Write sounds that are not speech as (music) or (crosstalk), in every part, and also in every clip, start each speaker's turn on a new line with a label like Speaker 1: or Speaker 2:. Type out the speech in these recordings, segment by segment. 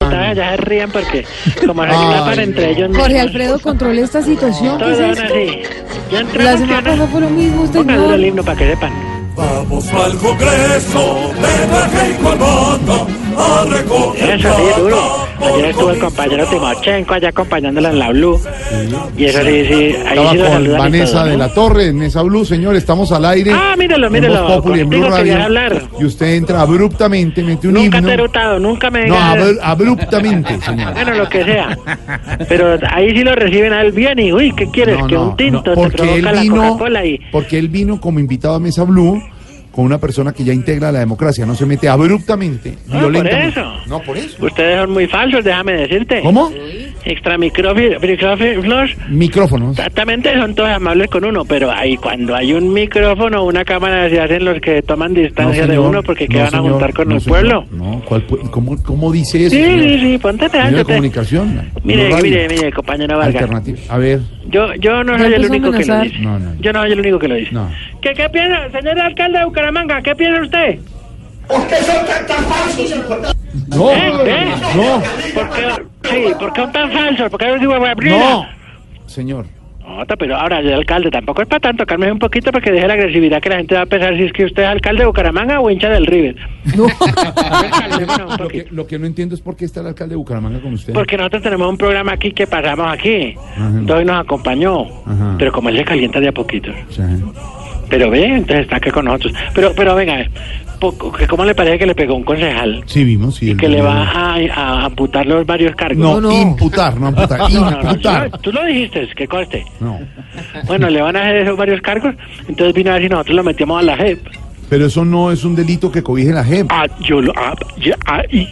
Speaker 1: ya, ya se rían porque como se clapan entre ellos mismos.
Speaker 2: Jorge Alfredo, controle esta situación. ¿Qué
Speaker 1: Todos
Speaker 2: es
Speaker 1: son
Speaker 2: esto?
Speaker 1: así. Ya entró
Speaker 2: La semana pasada fue lo mismo, usted
Speaker 1: Pongan duro el
Speaker 2: no.
Speaker 1: himno para que sepan.
Speaker 3: Vamos al Congreso de traje y corbata a recoger
Speaker 1: Eso sí, duro.
Speaker 3: plata por
Speaker 1: Ayer estuvo el compañero
Speaker 3: comisionar.
Speaker 1: Timochenko allá acompañándola en la Blue. Y eso sí, sí, ahí
Speaker 4: Estaba
Speaker 1: sí lo
Speaker 4: con
Speaker 1: saludan y
Speaker 4: Vanessa
Speaker 1: todo,
Speaker 4: de
Speaker 1: ¿no?
Speaker 4: la Torre en Mesa Blue, señor, estamos al aire.
Speaker 1: Ah, míralo,
Speaker 4: en
Speaker 1: míralo,
Speaker 4: Voz Populi, en Blue
Speaker 1: contigo quería
Speaker 4: Radio,
Speaker 1: hablar.
Speaker 4: Y usted entra abruptamente, mete un
Speaker 1: Nunca te he
Speaker 4: himno.
Speaker 1: erutado, nunca me
Speaker 4: No, ah.
Speaker 1: digas-
Speaker 4: abru- abruptamente, señor.
Speaker 1: Bueno, lo que sea. Pero ahí sí lo reciben a él bien y, uy, ¿qué quieres?
Speaker 4: No,
Speaker 1: que
Speaker 4: no,
Speaker 1: un tinto te
Speaker 4: no, porque él
Speaker 1: provoca la
Speaker 4: vino,
Speaker 1: Coca-Cola y...
Speaker 4: porque él vino como invitado a Mesa Blue con una persona que ya integra la democracia, no se mete abruptamente,
Speaker 1: No,
Speaker 4: violentamente.
Speaker 1: Ah, por eso.
Speaker 4: No, por eso.
Speaker 1: Ustedes son muy falsos, déjame decirte.
Speaker 4: ¿Cómo?
Speaker 1: Extra micrófono, micrófonos,
Speaker 4: Micrófonos.
Speaker 1: exactamente son todos amables con uno, pero ahí cuando hay un micrófono o una cámara se hacen los que toman
Speaker 4: No,
Speaker 1: distancia de
Speaker 4: señor,
Speaker 1: uno porque
Speaker 4: no,
Speaker 1: que van a
Speaker 4: señor,
Speaker 1: juntar con
Speaker 4: no,
Speaker 1: el
Speaker 4: señor.
Speaker 1: pueblo.
Speaker 4: No, ¿cuál pue- cómo, ¿cómo dice eso?
Speaker 1: Sí,
Speaker 4: señor?
Speaker 1: sí, sí, ponte
Speaker 4: Medio de
Speaker 1: adelante.
Speaker 4: comunicación.
Speaker 1: Mire,
Speaker 4: no radio.
Speaker 1: mire, mire, compañero Vargas.
Speaker 4: Alternativa. A ver,
Speaker 1: Yo, yo no
Speaker 2: Ya
Speaker 1: soy el
Speaker 2: empezó a
Speaker 1: único que lo
Speaker 2: amenazar.
Speaker 1: dice.
Speaker 4: No, no, no.
Speaker 1: Yo no soy el único que lo dice.
Speaker 4: No.
Speaker 1: ¿Qué, ¿Qué piensa, señor alcalde de Bucaramanga? ¿Qué piensa usted?
Speaker 4: no,
Speaker 1: ¿Eh? ¿Eh?
Speaker 4: no,
Speaker 1: ¿Por qué, sí, ¿por qué son tan falsos? ¿Por qué no digo
Speaker 4: no, señor.
Speaker 1: Otra, pero ahora el alcalde tampoco es para tanto, calme un poquito porque deje la agresividad que la gente va a pensar si es que usted es alcalde de Bucaramanga o hincha del River.
Speaker 4: (laughs) No.
Speaker 1: Calmémonos un
Speaker 4: lo, que,
Speaker 1: poquito.
Speaker 4: lo que no entiendo es por qué está el alcalde de Bucaramanga con usted.
Speaker 1: Porque nosotros tenemos un programa aquí que pasamos aquí. Entonces hoy nos acompañó.
Speaker 4: Ajá.
Speaker 1: Pero como él se calienta de a poquito.
Speaker 4: O sea,
Speaker 1: Pero ve, entonces está aquí con nosotros. Pero, pero venga, a ver, poco- que ¿cómo le parece que le pegó un concejal?
Speaker 4: sí vimos, sí.
Speaker 1: Y
Speaker 4: el-
Speaker 1: que le va a, a amputar los varios cargos.
Speaker 4: No,
Speaker 2: No, no.
Speaker 4: imputar, no
Speaker 1: (laughs)
Speaker 4: amputar,
Speaker 1: No, no, no, tú
Speaker 4: imputar.
Speaker 1: lo- tú lo dijiste, que conste.
Speaker 4: No.
Speaker 1: Bueno, le van a hacer esos varios cargos, entonces vino a ver si nosotros lo metíamos a la E JEP.
Speaker 4: Pero eso no es un delito que cobije la E JEP.
Speaker 1: Ah, yo lo, ah, yo, ah, y-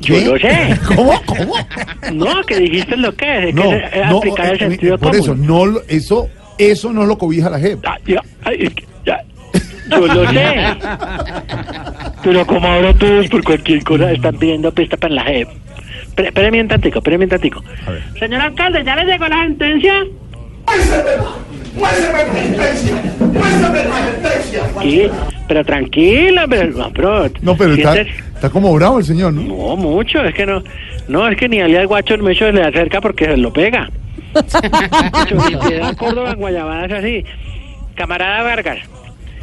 Speaker 1: yo
Speaker 4: ¿Qué?
Speaker 1: lo sé.
Speaker 4: ¿Eh? (laughs) ¿Cómo? ¿Cómo?
Speaker 1: No, que dijiste lo que es, es
Speaker 4: No,
Speaker 1: que es, es
Speaker 4: no,
Speaker 1: aplicar el
Speaker 4: eh,
Speaker 1: sentido
Speaker 4: por
Speaker 1: común.
Speaker 4: eso, no, lo- eso, eso no lo cobija la E JEP.
Speaker 1: Ah, ya, ay, es que, ya, yo lo sé. Pero como ahora todos por cualquier cosa están pidiendo pista para la JEP. Pre- Espéreme un tantico, espéreme un tantico.
Speaker 4: A ver.
Speaker 1: Señor alcalde, ¿ya le llegó la sentencia?
Speaker 3: ¡Muéstrame tu sentencia! ¡Muéstrame tu sentencia!
Speaker 1: Sí, pero tranquilo, pero... No, pero,
Speaker 4: No, pero está,
Speaker 1: siéntese-
Speaker 4: está como bravo el señor, ¿no?
Speaker 1: No, mucho, es que no, no, es que ni al guacho el mecho se le acerca porque se lo pega. Si te da Córdoba en Guayabadas así. Camarada Vargas,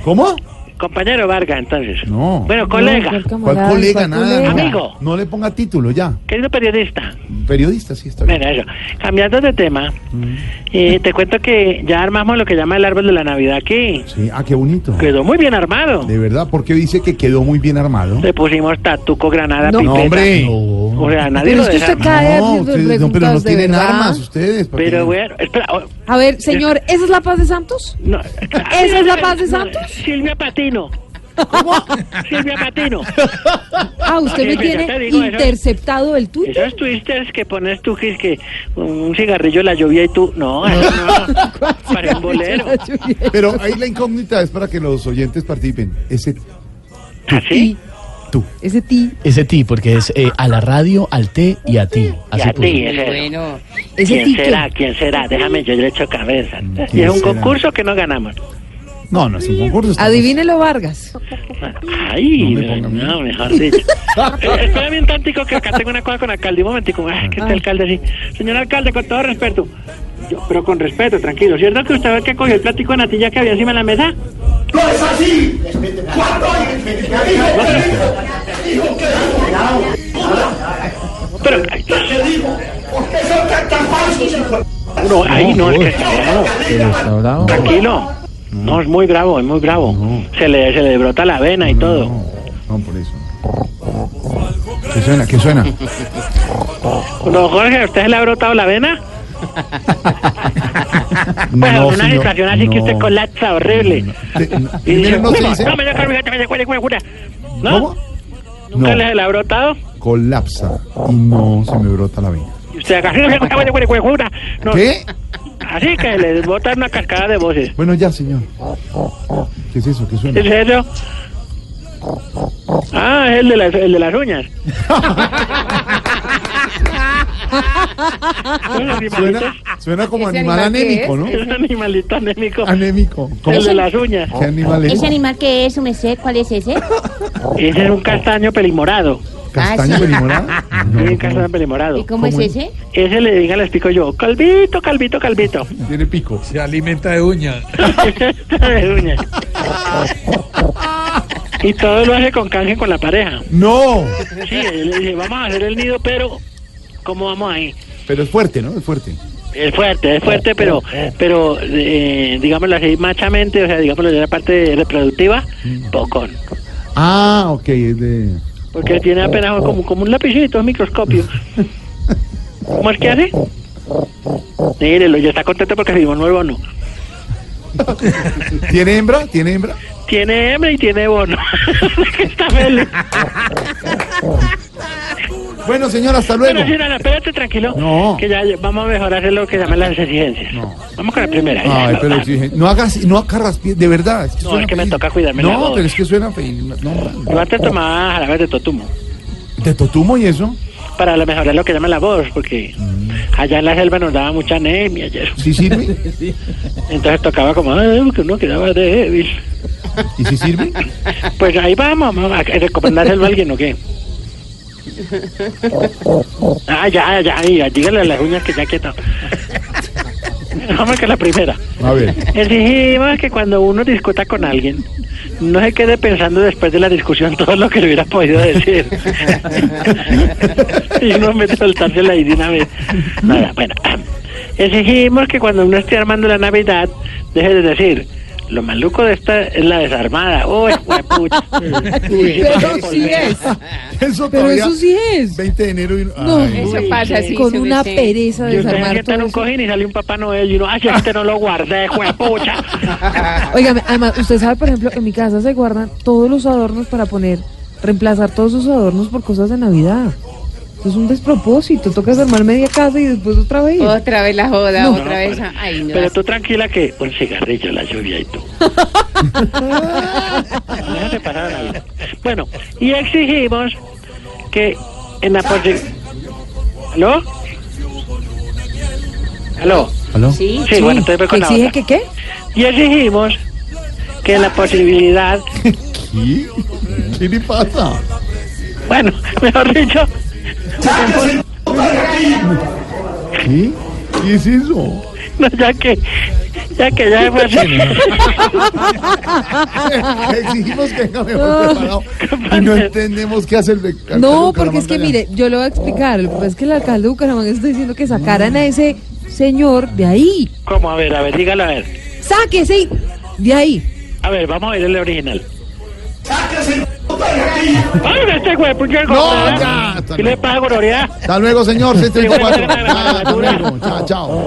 Speaker 4: ¿Cómo?
Speaker 1: compañero Vargas entonces.
Speaker 4: No.
Speaker 1: Bueno, colega,
Speaker 2: No, ¿cuál
Speaker 4: ¿Cuál
Speaker 2: camarada?
Speaker 4: colega?
Speaker 2: ¿Cuál
Speaker 4: Nada.
Speaker 2: colega?
Speaker 4: nada.
Speaker 1: Amigo.
Speaker 4: No le ponga título ya.
Speaker 1: querido periodista.
Speaker 4: Periodista, sí está bien.
Speaker 1: Bueno, eso. Cambiando de tema,
Speaker 2: Mm.
Speaker 1: eh, te cuento que ya armamos lo que llama el árbol de la Navidad aquí.
Speaker 4: Sí, ah, qué bonito.
Speaker 1: Quedó muy bien armado.
Speaker 4: De verdad, porque dice que quedó muy bien armado.
Speaker 1: Le pusimos tatuco, granada,
Speaker 2: No.
Speaker 4: No,
Speaker 1: pipeta.
Speaker 4: hombre.
Speaker 1: O sea, nadie
Speaker 2: Pero
Speaker 1: lo
Speaker 2: es que usted
Speaker 1: desarma.
Speaker 2: cae
Speaker 4: No,
Speaker 2: a
Speaker 4: ustedes no, pero no
Speaker 2: preguntas de
Speaker 4: tienen
Speaker 2: verdad.
Speaker 4: armas ustedes. ¿para qué?
Speaker 1: Pero bueno, espera. oh,
Speaker 2: A ver, señor, ¿esa es la paz de Santos?
Speaker 1: No,
Speaker 2: ¿Esa es la paz de Santos?
Speaker 1: Silvia Patino. Silvia Patino.
Speaker 2: Ah, usted
Speaker 1: Sí,
Speaker 2: me
Speaker 1: sí, yo te
Speaker 2: tiene
Speaker 1: digo eso.
Speaker 2: interceptado el tuyo.
Speaker 1: Esos twisters que pones tú, que es que un cigarrillo la lluvia y tú. No, eso no.
Speaker 2: (laughs)
Speaker 1: Para un bolero.
Speaker 4: Pero ahí la incógnita es para que los oyentes participen. Ese
Speaker 2: Ah,
Speaker 1: Así.
Speaker 4: tú.
Speaker 2: Ese ti,
Speaker 5: Ese ti, porque es eh, a la radio, al té y a ti.
Speaker 1: Y
Speaker 5: Así
Speaker 1: a
Speaker 5: puso.
Speaker 1: ti, es eso.
Speaker 2: ese
Speaker 1: ¿Quién
Speaker 2: ti que-
Speaker 1: será? ¿Quién será? Déjame, yo le echo cabeza. Y
Speaker 4: Mm, ¿quién
Speaker 1: es un
Speaker 4: será?
Speaker 1: concurso que no ganamos.
Speaker 4: No, no es un concurso. está-
Speaker 2: Adivínelo, Vargas.
Speaker 1: Ay,
Speaker 4: No me ponga
Speaker 1: no,
Speaker 4: miedo.
Speaker 1: mejor (laughs) dicho. Eh, espérame un tantico que acá tengo una cosa con el alcalde. Un momentico. Ay, que este alcalde así. Señor alcalde, con todo respeto. Yo, pero con respeto, tranquilo. ¿Cierto que usted ve que cogió el platico de natilla que había encima de la mesa?
Speaker 3: ¡No es así! ¡Cuando alguien me dijo que dijo que
Speaker 1: Pero,
Speaker 3: te digo! ¿Por qué son tan tan falsos, hijo de-
Speaker 1: no, ahí no, es que está bravo. Tranquilo. No, es muy bravo, es muy bravo. Se, le, se le brota la vena y todo.
Speaker 4: No, por eso. ¿Qué suena? ¿Qué suena?
Speaker 1: (laughs) Don Jorge, ¿a usted se le ha brotado la vena? Pues en una
Speaker 4: señor,
Speaker 1: situación así que usted
Speaker 4: no.
Speaker 1: colapsa horrible.
Speaker 4: De- no,
Speaker 1: Y dice,
Speaker 4: primero no se
Speaker 1: "Uy,
Speaker 4: dice-
Speaker 1: no, me dio carne, me dio carne, me dio carne". ¿No?
Speaker 4: ¿Cómo?
Speaker 1: ¿Nunca
Speaker 4: No.
Speaker 1: le le ha brotado?
Speaker 4: colapsa y no se me brota la vena.
Speaker 1: Y usted acá, "Sí, no, sí, no, sí, no, sí, no, sí, no".
Speaker 4: ¿Qué?
Speaker 1: Así que le bota una cascada de voces.
Speaker 4: Bueno, ya, señor. ¿Qué es eso? ¿Qué suena?
Speaker 1: ¿Es eso? Ah, es el de las, el de las uñas.
Speaker 4: (laughs)
Speaker 1: Son animalitos,
Speaker 4: Suena, suena como
Speaker 2: ¿Ese
Speaker 4: animal
Speaker 2: animal qué
Speaker 4: anémico, ¿no?
Speaker 1: es un animalito anémico.
Speaker 4: Anémico. ¿Cómo
Speaker 1: El de
Speaker 4: se
Speaker 1: las uñas.
Speaker 4: ¿Qué animal es?
Speaker 6: ¿Ese animal que es, su merced? ¿Cuál es ese?
Speaker 1: Ese es un castaño pelimorado.
Speaker 4: ¿Castaña
Speaker 1: (laughs)
Speaker 6: sí.
Speaker 4: pelimorada?
Speaker 1: Sí, Castaño Pelimorado.
Speaker 6: ¿Y cómo, es
Speaker 4: ¿Cómo es?
Speaker 6: ese?
Speaker 1: Ese le diga, le explico yo, Calvito, Calvito, Calvito. (laughs)
Speaker 4: Tiene pico.
Speaker 7: Se alimenta de uñas.
Speaker 1: De uñas. Y todo lo hace con canje con la pareja.
Speaker 4: ¡No!
Speaker 1: Sí, él le dice, vamos a hacer el nido, pero ¿cómo vamos ahí?
Speaker 4: Pero es fuerte, ¿no? Es fuerte.
Speaker 1: Es fuerte, es fuerte, pero, pero eh, digámoslo así, machamente, o sea, digámoslo de la parte reproductiva, pocón.
Speaker 4: Ah, ok, es de.
Speaker 1: Porque tiene apenas como, como un lapicito, un microscopio. ¿Cómo es que hace? Mírelo, ya está contento porque firmó un nuevo bono.
Speaker 4: ¿Tiene hembra? ¿Tiene hembra?
Speaker 1: Tiene hembra y tiene bono. (laughs) está feliz.
Speaker 4: Bueno, señor, hasta luego.
Speaker 1: Pero sí, nada, espérate tranquilo.
Speaker 4: No.
Speaker 1: Que ya vamos a mejorar lo que llaman las exigencias. Vamos con la primera.
Speaker 4: Ay,
Speaker 1: Ya,
Speaker 4: pero
Speaker 1: va.
Speaker 4: exige- No hagas, no acarras pie- de verdad. Es que
Speaker 1: No,
Speaker 4: suena
Speaker 1: es que me
Speaker 4: feísimo.
Speaker 1: toca cuidarme la
Speaker 4: No,
Speaker 1: voz.
Speaker 4: pero es que suena feísimo. No,
Speaker 1: Yo antes tomaba jarabe de totumo
Speaker 4: ¿De totumo y eso?
Speaker 1: para mejorar lo que llaman la voz, porque allá en la selva nos daba mucha anemia ayer.
Speaker 4: Mm. ¿Sí sirve?
Speaker 1: Entonces tocaba como, "Ay, que uno quedaba débil.
Speaker 4: ¿Y si sirve?
Speaker 1: Pues ahí vamos, mamá, a recomendárselo a alguien o qué. Ah, ya, ya, ya, dígale a las uñas que ya quieto. Vamos con la primera.
Speaker 4: A ver.
Speaker 1: Exigimos que cuando uno discuta con alguien, no se quede pensando después de la discusión todo lo que le hubiera podido decir. y no me soltarse la idea vez. Nada, bueno. Exigimos que cuando uno esté armando la Navidad, deje de decir, lo maluco de esta es la desarmada. Oh, Uy, pucha.
Speaker 2: Pero sí es.
Speaker 4: (laughs) Eso
Speaker 2: Pero
Speaker 4: todavía,
Speaker 2: eso sí es.
Speaker 4: 20 de enero y...
Speaker 2: No,
Speaker 4: Ay,
Speaker 6: Eso pasa así,
Speaker 2: Con
Speaker 6: se
Speaker 2: una
Speaker 6: dice.
Speaker 2: pereza
Speaker 1: Y usted
Speaker 2: desarmar
Speaker 1: sienta en
Speaker 2: todo
Speaker 1: un
Speaker 2: eso.
Speaker 1: cojín y sale un papá Noel y uno, ay, este no lo guardé, juepucha.
Speaker 2: Óigame, además, usted sabe, por ejemplo, en mi casa se guardan todos los adornos para poner, reemplazar todos sus adornos por cosas de Navidad. Eso es un despropósito. Tocas armar media casa y después otra vez.
Speaker 6: Otra vez la joda,
Speaker 2: No.
Speaker 6: otra vez.
Speaker 1: pero-
Speaker 6: Ay, no.
Speaker 1: Pero tú tranquila que un cigarrillo, la lluvia y tú. Déjate parar la vida. Bueno, y exigimos que en la posi- ¿Aló? ¿Aló?
Speaker 4: ¿Aló?
Speaker 6: Sí.
Speaker 1: Sí, bueno, entonces voy
Speaker 2: ¿Que
Speaker 1: con la
Speaker 2: exige
Speaker 1: otra.
Speaker 2: que qué?
Speaker 1: Y exigimos que en la posibilidad...
Speaker 4: ¿Qué? ¿Qué le pasa?
Speaker 1: Bueno, (laughs) mejor dicho...
Speaker 4: ¿Qué? ¿Qué es eso?
Speaker 1: No, ya que... Ya que ya hemos...
Speaker 4: Exigimos que venga mejor preparado y no entendemos qué hace el de al-
Speaker 2: Ah. No,
Speaker 4: al
Speaker 2: porque es que
Speaker 4: Bucaramanga
Speaker 2: mire, yo lo voy a explicar. Lo que pasa es que el alcalde de Bucaramanga está diciendo que sacaran a ese señor de ahí.
Speaker 1: ¿Cómo? A ver, a ver, dígalo, a ver.
Speaker 2: ¡Sáquese de ahí!
Speaker 1: A ver, vamos a ver el original. ¡Ay, ve este güey! pues, yo gorda.
Speaker 4: ya, hasta
Speaker 1: ¿Qué le
Speaker 4: luego.
Speaker 1: pasa, Gloria?
Speaker 4: Hasta luego, señor, 634.
Speaker 1: Sí, bueno,
Speaker 4: Ya, Hasta
Speaker 1: bueno,
Speaker 4: luego. Chao, chao.